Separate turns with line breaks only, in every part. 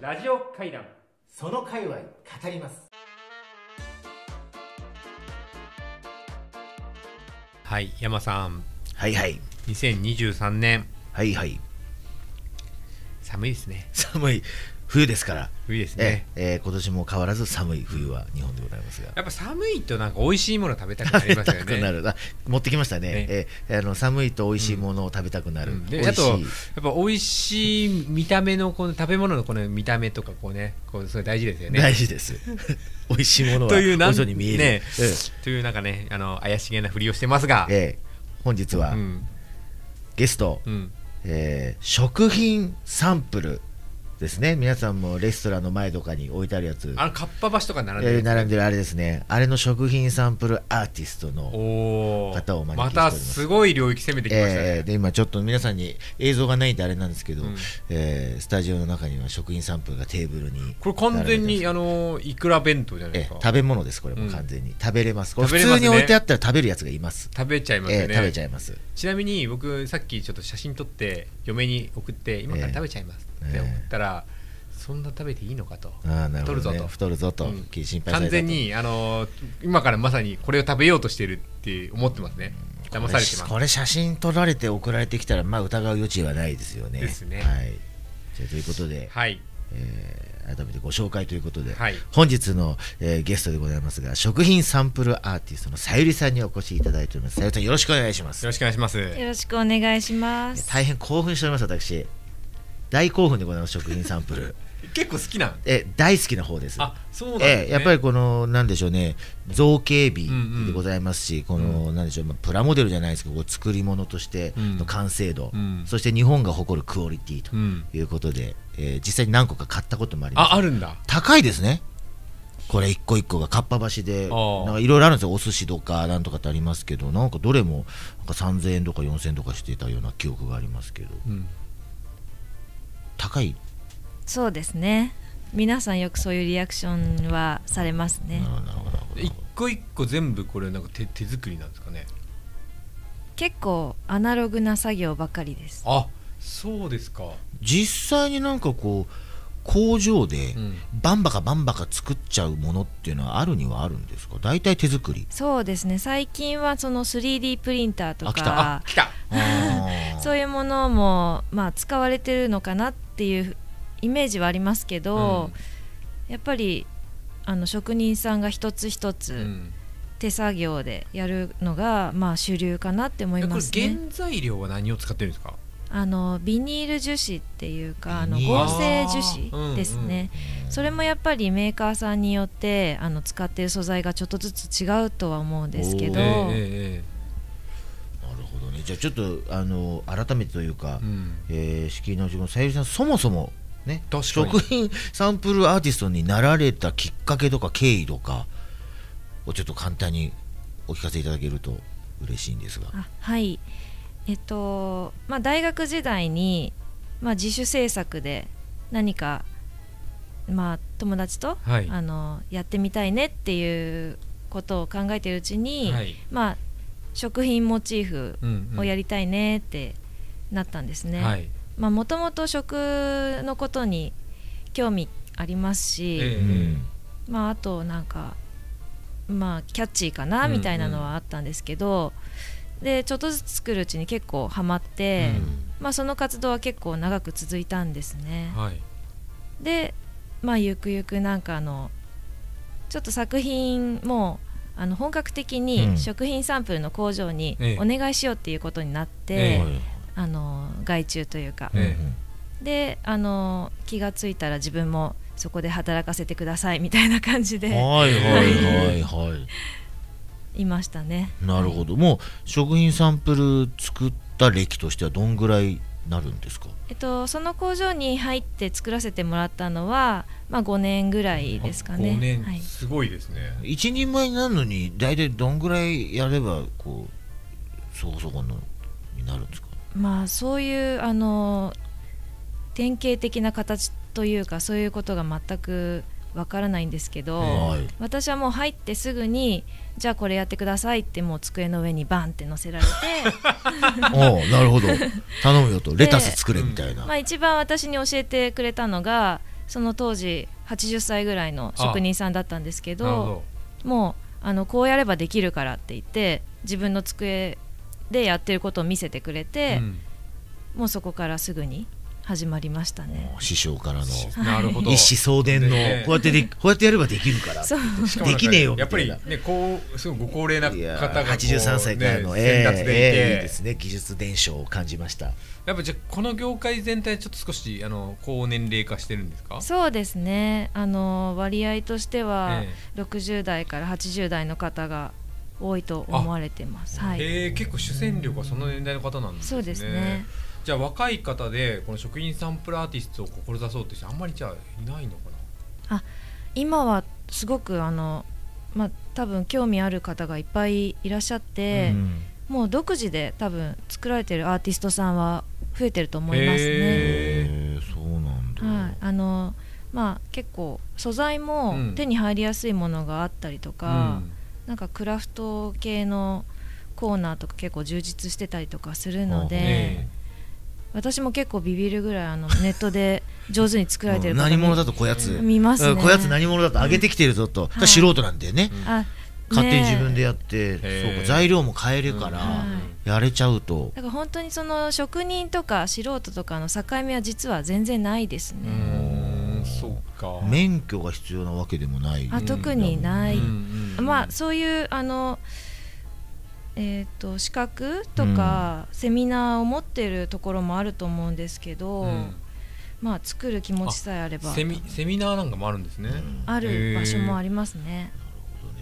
ラジオ会談
その界隈語ります
はい山さん
はいはい。
2023年
はいはい。
寒いですね
寒い冬ですから。
冬です
え
ね
ええー今年も変わらず寒い冬は日本でございますが。
やっぱ寒いとなんか美味しいもの食べたくなりますよ
食べたくな
ね
るあ持ってきましたね
ね
えーあの寒いと美味しいものを食べたくなる、
うん
美
であ
味し
とや
い
っぱ美味しい見た目のこの食べ物のこの見た目とかこうねこうそれ大事ですよね
大事です 美味しいものは
というなん
徐々に見える、
ね
え
というなんかねあの怪しげなふりをしてますが、
ええー本日は
うん
ゲスト、
うん
えー食品サンプルですね皆さんもレストランの前とかに置いてあるやつ
あのかっぱ橋とか並んで
え
る
ー並んでるあれですねあれの食品サンプルアーティストの
おお
方をお招
ま
きしており
た
ます
すごい領域攻めてきました
え
ね
ー、で今ちょっと皆さんに映像がないんであれなんですけど、
うん
えースタジオの中には食品サンプルがテーブルに
これ完全に
並
あのいくら弁当じゃない
べ
で
て
す
ます
か
えー食べ物ですこれ
う
も
ん
完全に、食べれますこれ
食べ
普
れますね
通に置いてあったら食べるやつがいます
食べちゃいますよ
え
ね
ー食べちゃいます
ちなみに僕さっきちょっと写真撮って嫁に送って今から食べちゃいますって
ええ
送ったらそんな食べていいのかと
ああなるほど、
太る
ね、
ぞと
太るぞと、
うん
心配されたと
完全にあの今からまさにこれを食べようとしてるって思ってますね騙されてます
これ写真撮られて送られてきたらまあ疑う余地はないですよね
ですね
はいじゃあということで、
はい
えー改めてご紹介ということで、
はい
本日の、えーゲストでございますが食品サンプルアーティストのさゆりさんにお越しいただいておりますさゆりさんよろしくお願いします
よろしくお願いします
よろしくお願いします。
大変興奮しております私大興奮でございます食品サン プル
結構好きなん
え大好きな方です
あそうなんですね
ええやっぱりこのなんでしょうね造形美
うんうん
でございますし、このなんでしょう、まあ、プラモデルじゃないですけどこう作り物としての完成度、
うん
そして日本が誇るクオリティと
うん
いうことで、えー実際に何個か買ったこともあります
ああるんだ
高いですねこれ一個一個がかっぱ橋で
あー
なんかいろいろあるんですよお寿司とかなんとかってありますけどなんかどれもなんか3000円とか4000円とかしてたような記憶がありますけど
うん
高い
そうですね。皆さんよくそういうリアクションはされますね
な。るほどなるほどなるほど
一個一個全部これなんか手手作りなんですかね
結構アナログな作業ばかりです。
あそうですか
実際になんかこう工場で
うん
バンバカバンバカ作っちゃうものっていうのはあるにはあるんですか大体手作り
そうですね。最近はその 3D プリンターと
あ来た
か
来た
あー
そういうものもまあ使われてるのかなっていうイメージはありますけど、やっぱりあの職人さんが一つ一
う
つ
ん
手作業でやるのがまあ主流かなって思
え
い
こ
ま
れ
すね。
原材料は何を使ってるんですか
あのビニール樹脂っていうかあの
ビニール
合成樹
あー
脂ですね、それもやっぱりメーカーさんによってあの使っている素材がちょっとずつ違うとは思うんですけ
お
ど、
ー
えええ
なるほどねじゃあちょっとあの改めてというか、
えうん
えー、敷居の自分さゆりさんそもそもね
確かに
食品サンプルアーティストになられたきっかけとか経緯とかをちょっと簡単にお聞かせいただけると嬉しいんですが
あはいえっと、まあ、大学時代に、まあ、自主制作で何か、まあ、友達と、
はい
あのやってみたいねっていうことを考えているうちに、
はい
まあ、食品モチーフ
うん
をやりたいねってなったんですね。
はい
まあもともと食のことに興味ありますし、
ええ
うん
まああとなんかまあキャッチーかな
うん
みたいなのはあったんですけど、でちょっとずつ作るうちに結構ハマって、まあその活動は結構長く続いたんですね。
はい
でまあゆくゆくなんかあのちょっと作品もあの本格的
うん
に食品サンプルの工場に
ええ
お願いしようっていうことになって、
ええ
あの外注というか、
ええ
であの気がついたら自分もそこで働かせてくださいみたいな感じ
うん
で
はいはいはいはい
いましたね
なるほどもう食品サンプル作った歴としてはどんぐらいなるんですか
えっとその工場に入って作らせてもらったのはまあ5年ぐらいですかね
五年、
はい、
すごいですね
一人前になるのに大体どんぐらいやればこうそこそこのになるんですか
まあそういうあの典型的な形というかそういうことが全くわからないんですけど、
はい
私はもう入ってすぐにじゃあこれやってくださいってもう机の上にバンって乗せられて
おうなるほど頼むよとレタス作れみたいな、
まあ、一番私に教えてくれたのがその当時80歳ぐらいの職人さんだったんですけど
なるほど
もうあのこうやればできるからって言って自分の机でやってることを見せてくれて
う、ん
もうそこからすぐに始まりましたね。
師匠からの
なるほど
一子相伝の
ね
こうやってでこうやってやればできるから
そう
しかもなんか
できねえよ
やっぱ
み
り
たい
ねこうすごいご高齢ない
や
方がこう
83歳からの、
ね
ええ
先達でい
ええ
て
いいですね技術伝承を感じました
やっぱじゃあこの業界全体ちょっと少しあの高年齢化してるんですか
そうですねあの割合としては
え
60代から80代の方が多いと思われてます。はい、
えー結構主戦力はその年代の方なんですね
そうですね
じゃあ若い方でこの食品サンプルアーティストを志そうって人あんまりじゃあいないのかな
今はすごくあの、まあ、多分興味ある方がいっぱいいらっしゃって、
うん
もう独自で多分作られてるアーティストさんは増えてると思いますね。
へー
へえそうなんだ、
はい、あのまあ結構素材も
うん
手に入りやすいものがあったりとか、なんかクラフト系のコーナーとか結構充実してたりとかするので、
あ
え
私も結構ビビるぐらいあのネットで上手に作られて
う
る
ん
方
何者だ
と
とこやつ、
見ますね
うんこやつ何者だと上げてきてるぞと、
はい
素人なんだよね、
うん
あ、ね
勝手に自分でやって、
え
そうか材料も変えるから、
うんはい
やれちゃうと、
だから本当にその職人とか素人とかの境目は実は全然ないです
う
ね、
ーんそうか
免許が必要なわけでもない
あ特にない、
うんうん
まあそういうあのえー、と資格とか、セミナーを持ってるところもあると思うんですけど、
うん
まあ作る気持ちさえあれば
セミセミナーなんかもあるんですね、
ある場所もあ
り
りますね、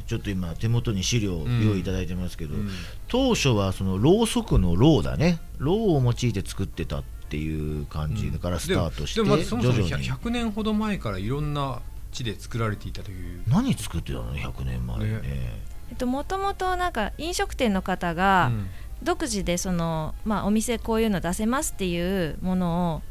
ちょっと今手元に資料を用意いただいてますけど、
うん
当初はそのろうそくのろうだねろうを用いて作ってたっていう感じだからスタートして
で
徐
もでもまあそもそも
々に
100, 年ほど前からいろんな地で作られていたという
何作ってたの100年前ね
えっともともとなんか飲食店の方が独自でその、まあ、お店こういうの出せますっていうものを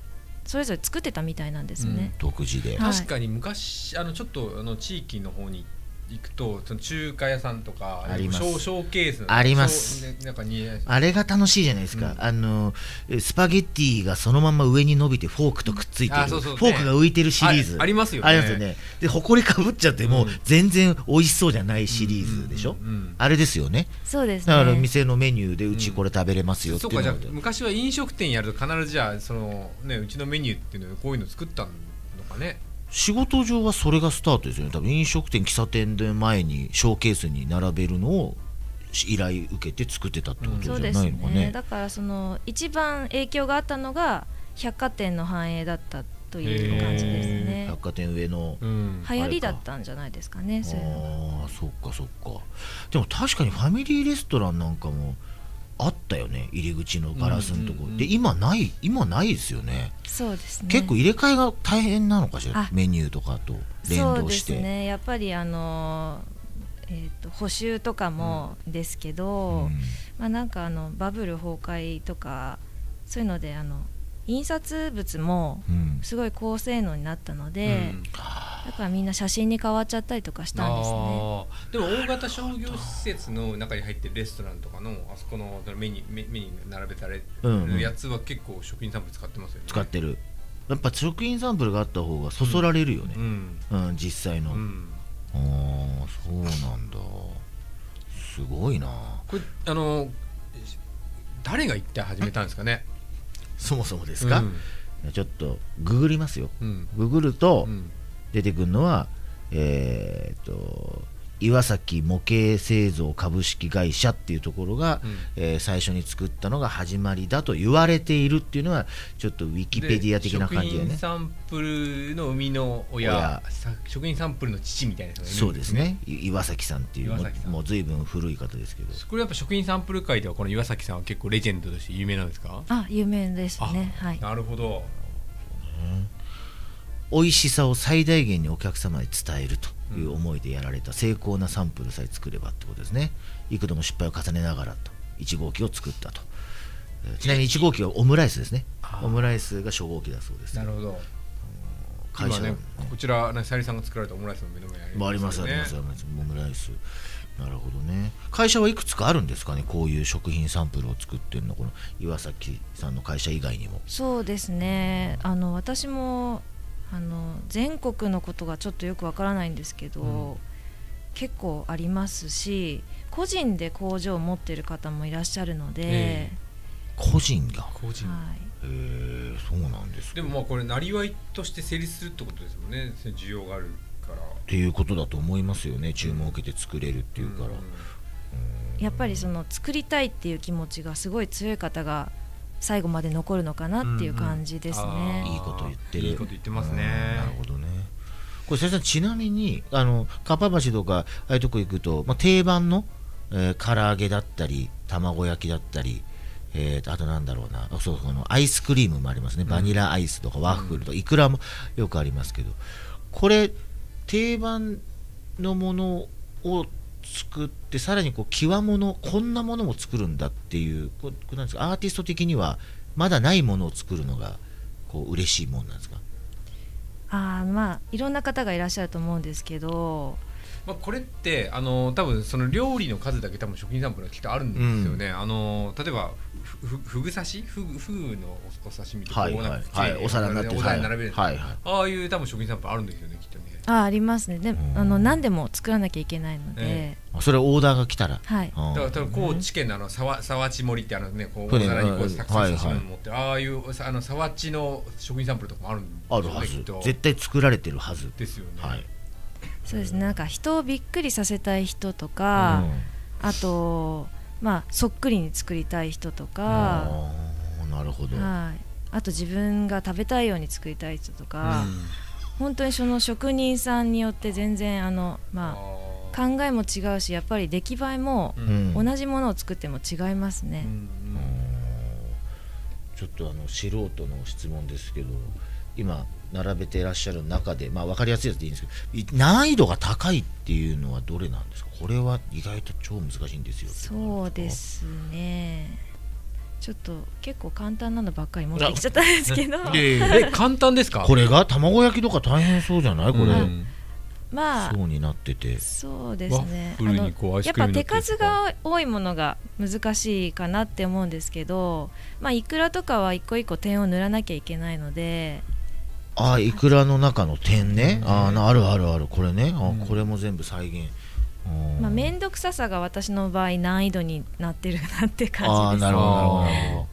それぞれ作ってたみたいなんですよね、
独自で、
うん
はい
確かに昔あのちょっとあの地域の方に行くとその中華屋さんとか
あります
ショーショーケースの
あります
ショーなんかに
あれが楽しいじゃないですか、
うん
あのえスパゲッティがそのまま上に伸びてフォークとくっついてる、
あそうそうね
フォークが浮いてるシリーズ
あありますよね
ありますよねでほこりかぶっちゃってもう
うん
全然美味しそうじゃないシリーズでしょ、
うんうんうん
あれですよね
そうですね
だから店のメニューでうちこれ食べれますよって
そう
いう
か
の
じゃあ
で
昔は飲食店やると必ずじゃあそのねうちのメニューっていうのをこういうの作ったのかね
仕事上はそれがスタートですよね多分飲食店喫茶店で前にショーケースに並べるのを依頼受けて作ってたってことじ
そ
ゃな
うで
い
す
のかね
ねだからその一番影響があったのが百貨店の繁栄だったという感じですね
百貨店上の、
うん
流行りだったんじゃないですかねそういうのが
ああそっかそっかでも確かにファミリーレストランなんかもあったよね入り口のガラスのとこ
うん
ろ、
うんうん
で今ない今ないですよね
そうですね
結構入れ替えが大変なのかしら
あ
メニューとかと連動して
そうですねやっぱりあのえー、と補修とかもですけど、
うん
まあ、なんかあのバブル崩壊とかそういうのであの印刷物も
うん
すごい高性能になったの
う
で、
ん
だからみんな写真に変わっちゃったりとかしたんですね。
あーでも大型商業施設の中に入ってるレストランとかのあそこのメニューメメニューに並べたれ
うんうん
るやつは結構食品サンプル使ってますよね。
使ってるやっぱ食品サンプルがあった方がそそられるよね
う、ん。
うん実際
う
の、
ん。
ああそうなんだすごいな
これあの誰が一体始めたんですかね。
そもそもです
う
か
ん、
ちょっとググりますよ
うん。
ググると
うん
出てくるのは、えーっと岩崎模型製造株式会社っていうところが、
うん
えー最初に作ったのが始まりだと言われているっていうのはちょっとウィキペディア的な感じだ
で食
よね
品サンプルの生みの親
親、
さ食品サンプルの父みたいな人がいるん
そうです。ねい岩崎さんっていう
岩
も
崎さん
もう随分古い方ですけど
これやっぱ食品サンプル界ではこの岩崎さんは結構レジェンドとして有名なんですか。
あ有名ですねはい
なるほど。
美味しさを最大限にお客様に伝えるという思いでやられた精巧なサンプルさえ作ればってことですね幾度も失敗を重ねながらと1号機を作ったとえーちなみに1号機はオムライスですね
あー
オムライスが初号機だそうです
なるほど。
会社
今
の
ね、こちら、ね、さゆりさんが作られたオムライスの目の前に
まあありますあ
よ
り
ね
ますありますオムライスなるほどね会社はいくつかあるんですかねこういう食品サンプルを作ってるのこの岩崎さんの会社以外にも
そうですねあの私もあの全国のことがちょっとよくわからないんですけど、
うん
結構ありますし個人で工場を持ってる方もいらっしゃるので、
え
個人が
個人
はい、
へえそうなんです
でもまあこれなりわいとして成立するってことですもんねその需要があるから
っていうことだと思いますよね注文を受けて作れるっていうから、
ん
やっぱりその作りたいっていう気持ちがすごい強い方が最後まで残るのかなっていう感じです
うん
ね。
うんあー
いいこと言ってる
いいこと言ってますね
うんなるほどねこれ先生ちなみにあのかっぱ橋とかああいうとこ行くと、まあ、定番の、えー、唐揚げだったり卵焼きだったりえーとあとなんだろうなあそうこのアイスクリームもありますねバニラアイスとかワッフルとかいくらもよくありますけどこれ定番のものを作ってさらにこう際物こんなものも作るんだっていうここれなんですかアーティスト的にはまだないものを作るのがこう嬉しいもんなんですか
あーまあいろんな方がいらっしゃると思うんですけど
まあ、これってあの多分その料理の数だけ多分食品サンプルがきっとあるんですよね、あの例えばふふふぐ刺しふぐふぐのおお刺身とか
はい
こう
は
なん
い
か
はい
口に
お皿になって
お
は
皿
い
に
は
並
い
べるやつ
はいは
ああいう多分食品サンプルあるんですよねきっとね
あーありますねで
ん
あの何でも作らなきゃいけないので、
え
いそれオーダーが来たら
はい
うん
だから多分高知県のあの沢沢地盛りってあのねこう
そ
お
うね
皿にこ
う
うんたくさん刺身
はいはい
の持ってる、ああいうさあの沢地の食品サンプルとかもあるんです
あ
よ
る
ね
は
き
ず
っと
絶対作られてるはず
ですよね、
はい
そうですねなんか人をびっくりさせたい人とか、あとまあそっくりに作りたい人とか、
ああなるほど
はい、あと自分が食べたいように作りたい人とか、本当にその職人さんによって全然あのまあ
あー
考えも違うしやっぱり出来栄えも
う
うん
同じものを作っても違いますね、
うん
ちょっとあの素人の質問ですけど今並べていらっしゃる中で、まあ、分かりやすいやつでいいんですけどい難易度が高いっていうのはどれなんですかこれは意外と超難しいんですよっていの
そ
は
う
あるん
で
か
すねちょっと結構簡単なのばっかり持ってきちゃったんですけど
いやいやいや
え簡単ですか
これが卵焼きとか大変そうじゃないこれ、
うん
まあ
そうになってて
そうですね
ワッフルにこうアイ
や
スクリ
っ
ー
ぱ
ム
手
乗って
数が多いものが難しいかなって思うんですけどまあいくらとかは一個一個点を塗らなきゃいけないので
ああいくらの中の点ね、
うん
あーなあるあるあるこれねあー、
うん
これも全部再現うん
まあ面倒くささが私の場合難易度になってるなって
あ
感
あ
じです
なるほどなるほど
あー
なるほ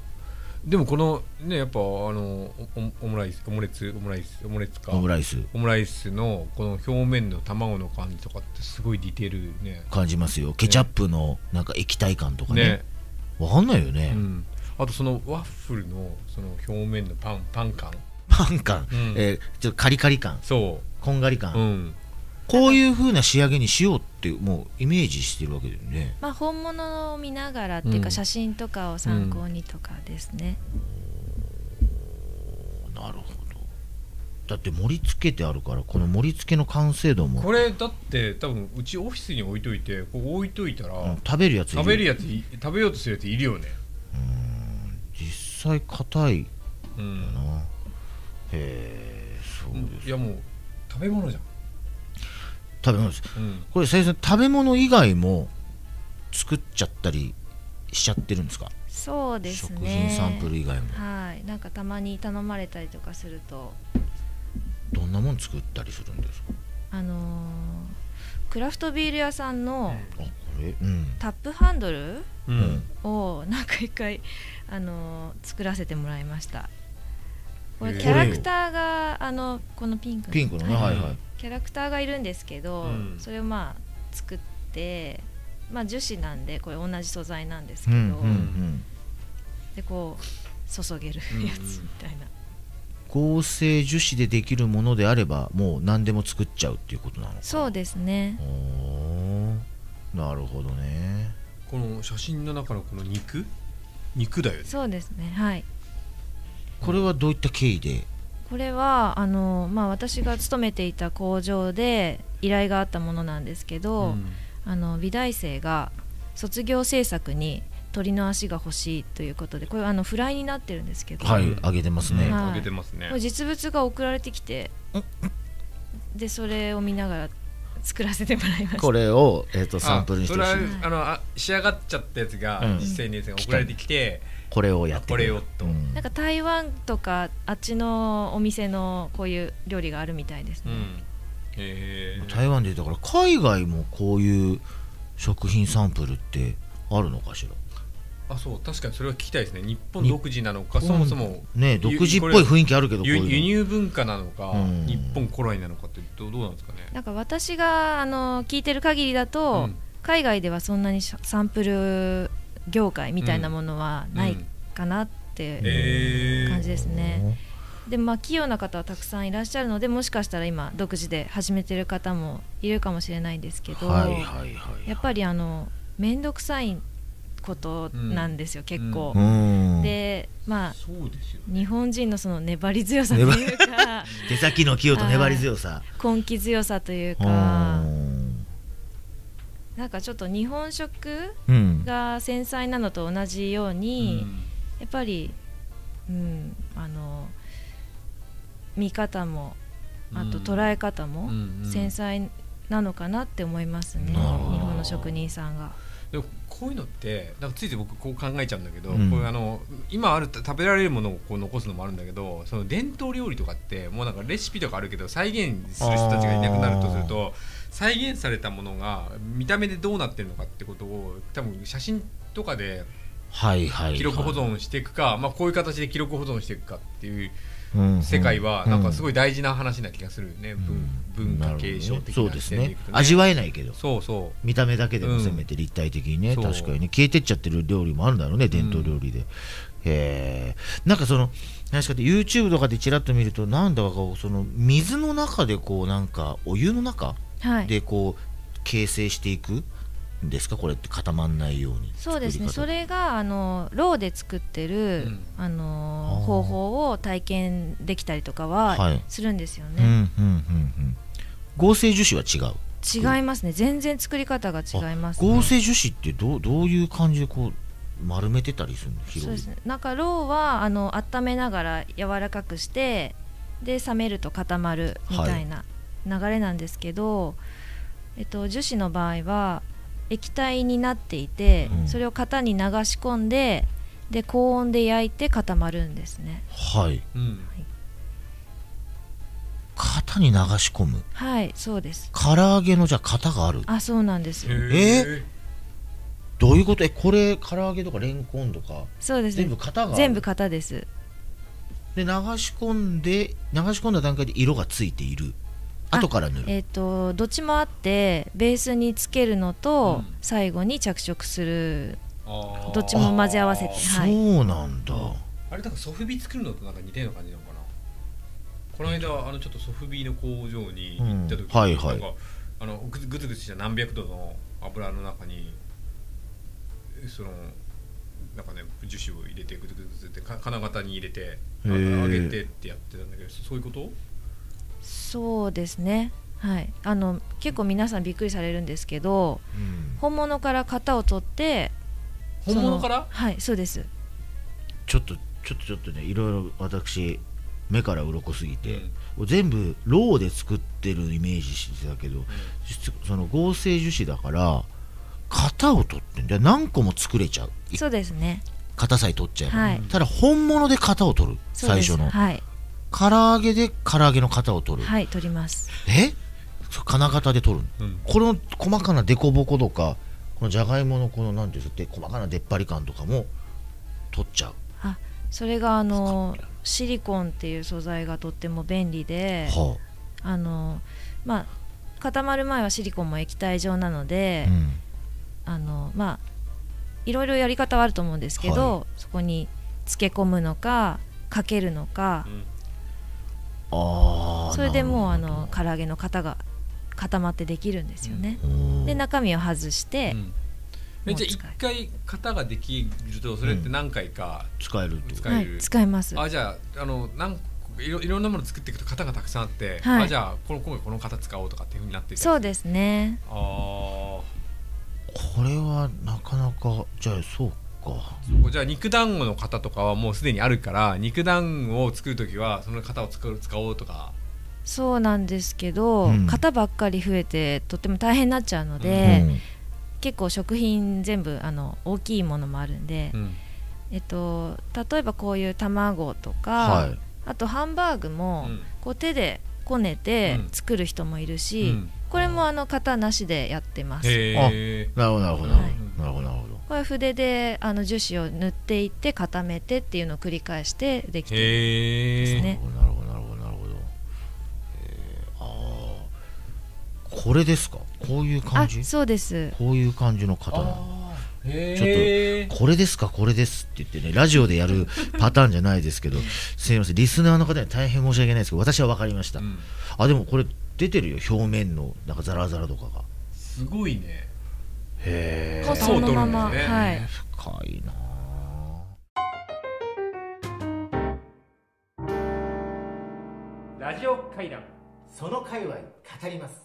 でもこのねやっぱあのおおオムライスオムレツオムライスオムレツか
どオムライス
オムライスのこの表面の卵の感じとかってすごいディテールね
感じますよケチャップのなんか液体感とかねわかんないよね、
うん、あとそのワッフルのその表面のパンパン感
パン感、
うん
えーちょっとカリカリ感
そ
こんがり感、
ううん
こういう風な仕上げにしようってもうイメージしてるわけだよね
まあ、本物を見ながらっていう
うん
か写真とかを参考にとかですね、
なるほどだって盛り付けてあるからこの盛り付けの完成度も
これだって多分うちオフィスに置いといてこう置いといたら、
うん食べるやつい
食べるやつい食べようとするやついるよね
実際硬い
うん、
よなへえそう
うん
です
いやもう食べ物じゃん、
食べ物です
うん、
これ先生食べ物以外も作っちゃったりしちゃってるんですか
そうですね
食品サンプル以外も
はいなんかたまに頼まれたりとかすると
どんなもん作ったりするんですか
あのークラフトビール屋さんの
あこれうん
タップハンドル
う
うん
ん
をなんか一回、あのー作らせてもらいましたこれ
へえ
キャラクターがあのこのピンクの
ピンクのね
はい
はいはい
キャラクターがいるんですけど、
うん
それをまあ作ってまあ樹脂なんでこれ同じ素材なんです
う
け
ん
ど、
うんうん
でこう注げる
うんうん
やつみたいな、
合成樹脂でできるものであればもう何でも作っちゃうっていうことなのかな
そうですね
おーなるほどね
この写真の中のこの肉肉だよね
そうですねはい
これはどういった経緯で
これはあの、まあ、私が勤めていた工場で依頼があったものなんですけど、あの美大生が卒業制作に鳥の足が欲しいということでこれはあのフライになってるんですけど、
は
こ
い上げてますね、
はい
あげてますね
れ実物が送られてきてでそれを見ながら作らせてもらいました
これを、えー、とサンプルにして
そ
ほ
れ
し
はいあのあ仕上がっちゃったやつが、
うん
実際のやつが送られてきて、
これをやってくれ
これをと
うん
なんか台湾とかあっちのお店のこういう料理があるみたいです
う
ね、
んえー
台湾でだから海外もこういう食品サンプルってあるのかしら
あそう確かにそれは聞きたいですね日本
に
独自なのかそもそも
ね
ゆ
独自っぽい雰囲気あるけど
これは
こういうの
輸輸入文化なのか、
うん
日本古来なのかってどうどうなんですかね
なんか私があの聞いてる限りだと、
うん
海外ではそんなにしサンプル業界みたいなものはないかなって
えー
感じですね。でまあ器用な方はたくさんいらっしゃるのでもしかしたら今独自で始めてる方もいるかもしれないんですけど、
はいはいはい
やっぱりあの面倒くさいことなんですよ、結構。
うん
でまあ
そうですよ
日本人のその粘り強さというか
手先の器用と粘り強さ
根気強さという
う
か
ん
なんかちょっと日本食
うん
が繊細なのと同じように、やっぱり、うん、あの見方もあと捉え方も
うんうん
繊細なのかなって思いますね、
なるほど
日本の職人さんが。
でもこういうのってなんかついつい僕こう考えちゃうんだけど、
うん
これあの今ある食べられるものをこう残すのもあるんだけどその伝統料理とかってもうなんかレシピとかあるけど再現する人たちがいなくなるとすると再現されたものが見た目でどうなってるのかってことを多分写真とかで
はいはいはい
記録保存していくか、まあ、こういう形で記録保存していくかっていう
うん
世界は
うん
なんかすごい大事な話な気がするよね、文文化継承的
そう
な
です
視点でい
ね
くと
味わえないけど
そうそ
見た目だけでもせめて立体的にね、
うんそう
確かにね消えてっちゃってる料理もあるんだろうね伝統料理で、へえなんかその何ですかって YouTube とかでちらっと見るとなんだかこうその水の中でこうなんかお湯の中
はい
でこう形成していくんですかこれって固まんないように
そうですねそ
作り方
れがあのローで作ってる、
うん、
あの
あー
方法を体験できたりとか
は
はいするんですよ
うん
ね、
うんうんうん合成樹脂は違う
違いますね全然作り方が違いますね
合成樹脂ってどうどういう感じでこう丸めてたりするの広い
そうですねなんかローはあの温めながら柔らかくしてで冷めると固まるみたいな流れなんですけど、えっと、樹脂の場合は液体になっていて、
うん
それを型に流し込んでで高温で焼いて固まるんですね
はいう
うん、
型に流し込む
はいそうです
唐揚げのじゃあ型がある
あそうなんですよ
へ
どういうことえこれ唐揚げとかレンコンとか
そうですね
全部型がある
全部型です
で流し込んで流し込んだ段階で色がついている
あ
後から塗る
えっ、とどっちもあってベースにつけるのと、
うん
最後に着色する
ー
どっちも混ぜ合わせて
あー
はい
そうなんだ、
あれだからソフビ作るのとなんか似たような感じなのかなこの間あのちょっとソフビの工場に行った時に、
うんはいはい
なんかあのぐつぐつぐつした何百度の油の中にえそのなんかね樹脂を入れてぐつぐつぐつってか金型に入れてあ
ー
揚げてってやってたんだけどそそういうこと
そうですねはいあの結構皆さんびっくりされるんですけど本物から型を取って
本物から
そのはいそうです
ちょっとちょっとちょっとねいろいろ私目から鱗すぎて、全部ローで作ってるイメージしてたけど、実その合成樹脂だから型を取ってんだ何個も作れちゃうい
そうですね
型さえ取っちゃえば、
はい
ただ本物で型を取る
そう
最
です
初の、
はい
唐揚げで唐揚げの型を取る、
はい取ります
えそう金型で取るの
うん
この細かな凸凹とかこのじゃがいものこの何ていうんですか細かな出っ張り感とかも取っちゃう、
あそれがあのシリコンっていう素材がとっても便利で
は
あのまあ固まる前はシリコンも液体状なの
あ
で、
うん
あのまあいろいろやり方はあると思うんですけど、そこに漬け込むのかかけるのか、
うん
あー
それでもうあ
なるほ
の唐揚げの型が固まってできるんですよね、
どうん
で中身を外して、
うんえ
もう
じ
使
ゃ
え
あ1回型ができるとそれって何回か、
使えるってこと
使
は
える
い、使えます
あじゃああの何個いろいろんなもの作っていくと型がたくさんあって、
はい
あじゃあこの今回この型使おうとかっていうふうになってい
そう
う
ですね
あ
これはなかなかじゃあそうか
ーそうじゃあ肉団子の型とかはもうすでにあるから肉団子を作る時はその型を使う使おうとか
そうなんですけど、
うん
型ばっかり増えてとっても大変になっちゃうので、
うん
結構食品全部あの大きいものもあるんで、えっと、例えばこういう卵とか、
はい
あとハンバーグも、
うん
こう手でこねて
うん
作る人もいるし、
うん
これもあの型なしでやってます。
へえ
なるほどなるほど、
はい
なるほどなるほど
これ筆であの樹脂を塗っていって固めてっていうのを繰り返してできてる
へ
です
え
ね
なるほどなるほどなるほどなるほどえーああこれですかこういう感
あ
じ
そうです
こういう感じの方なの
へえ
これですかこれですって言ってねラジオでや るパターンじゃないですけどすみませんリスナーの方に大変申し訳ないですけど私は分かりました、
うん
あでもこれ出てるよ表面のなんかザラザラとかが
すごいね
へえ
ー
そのま
そう取るん
ま、
ですね
はい
深いなあ
ラジオ会談その界隈語ります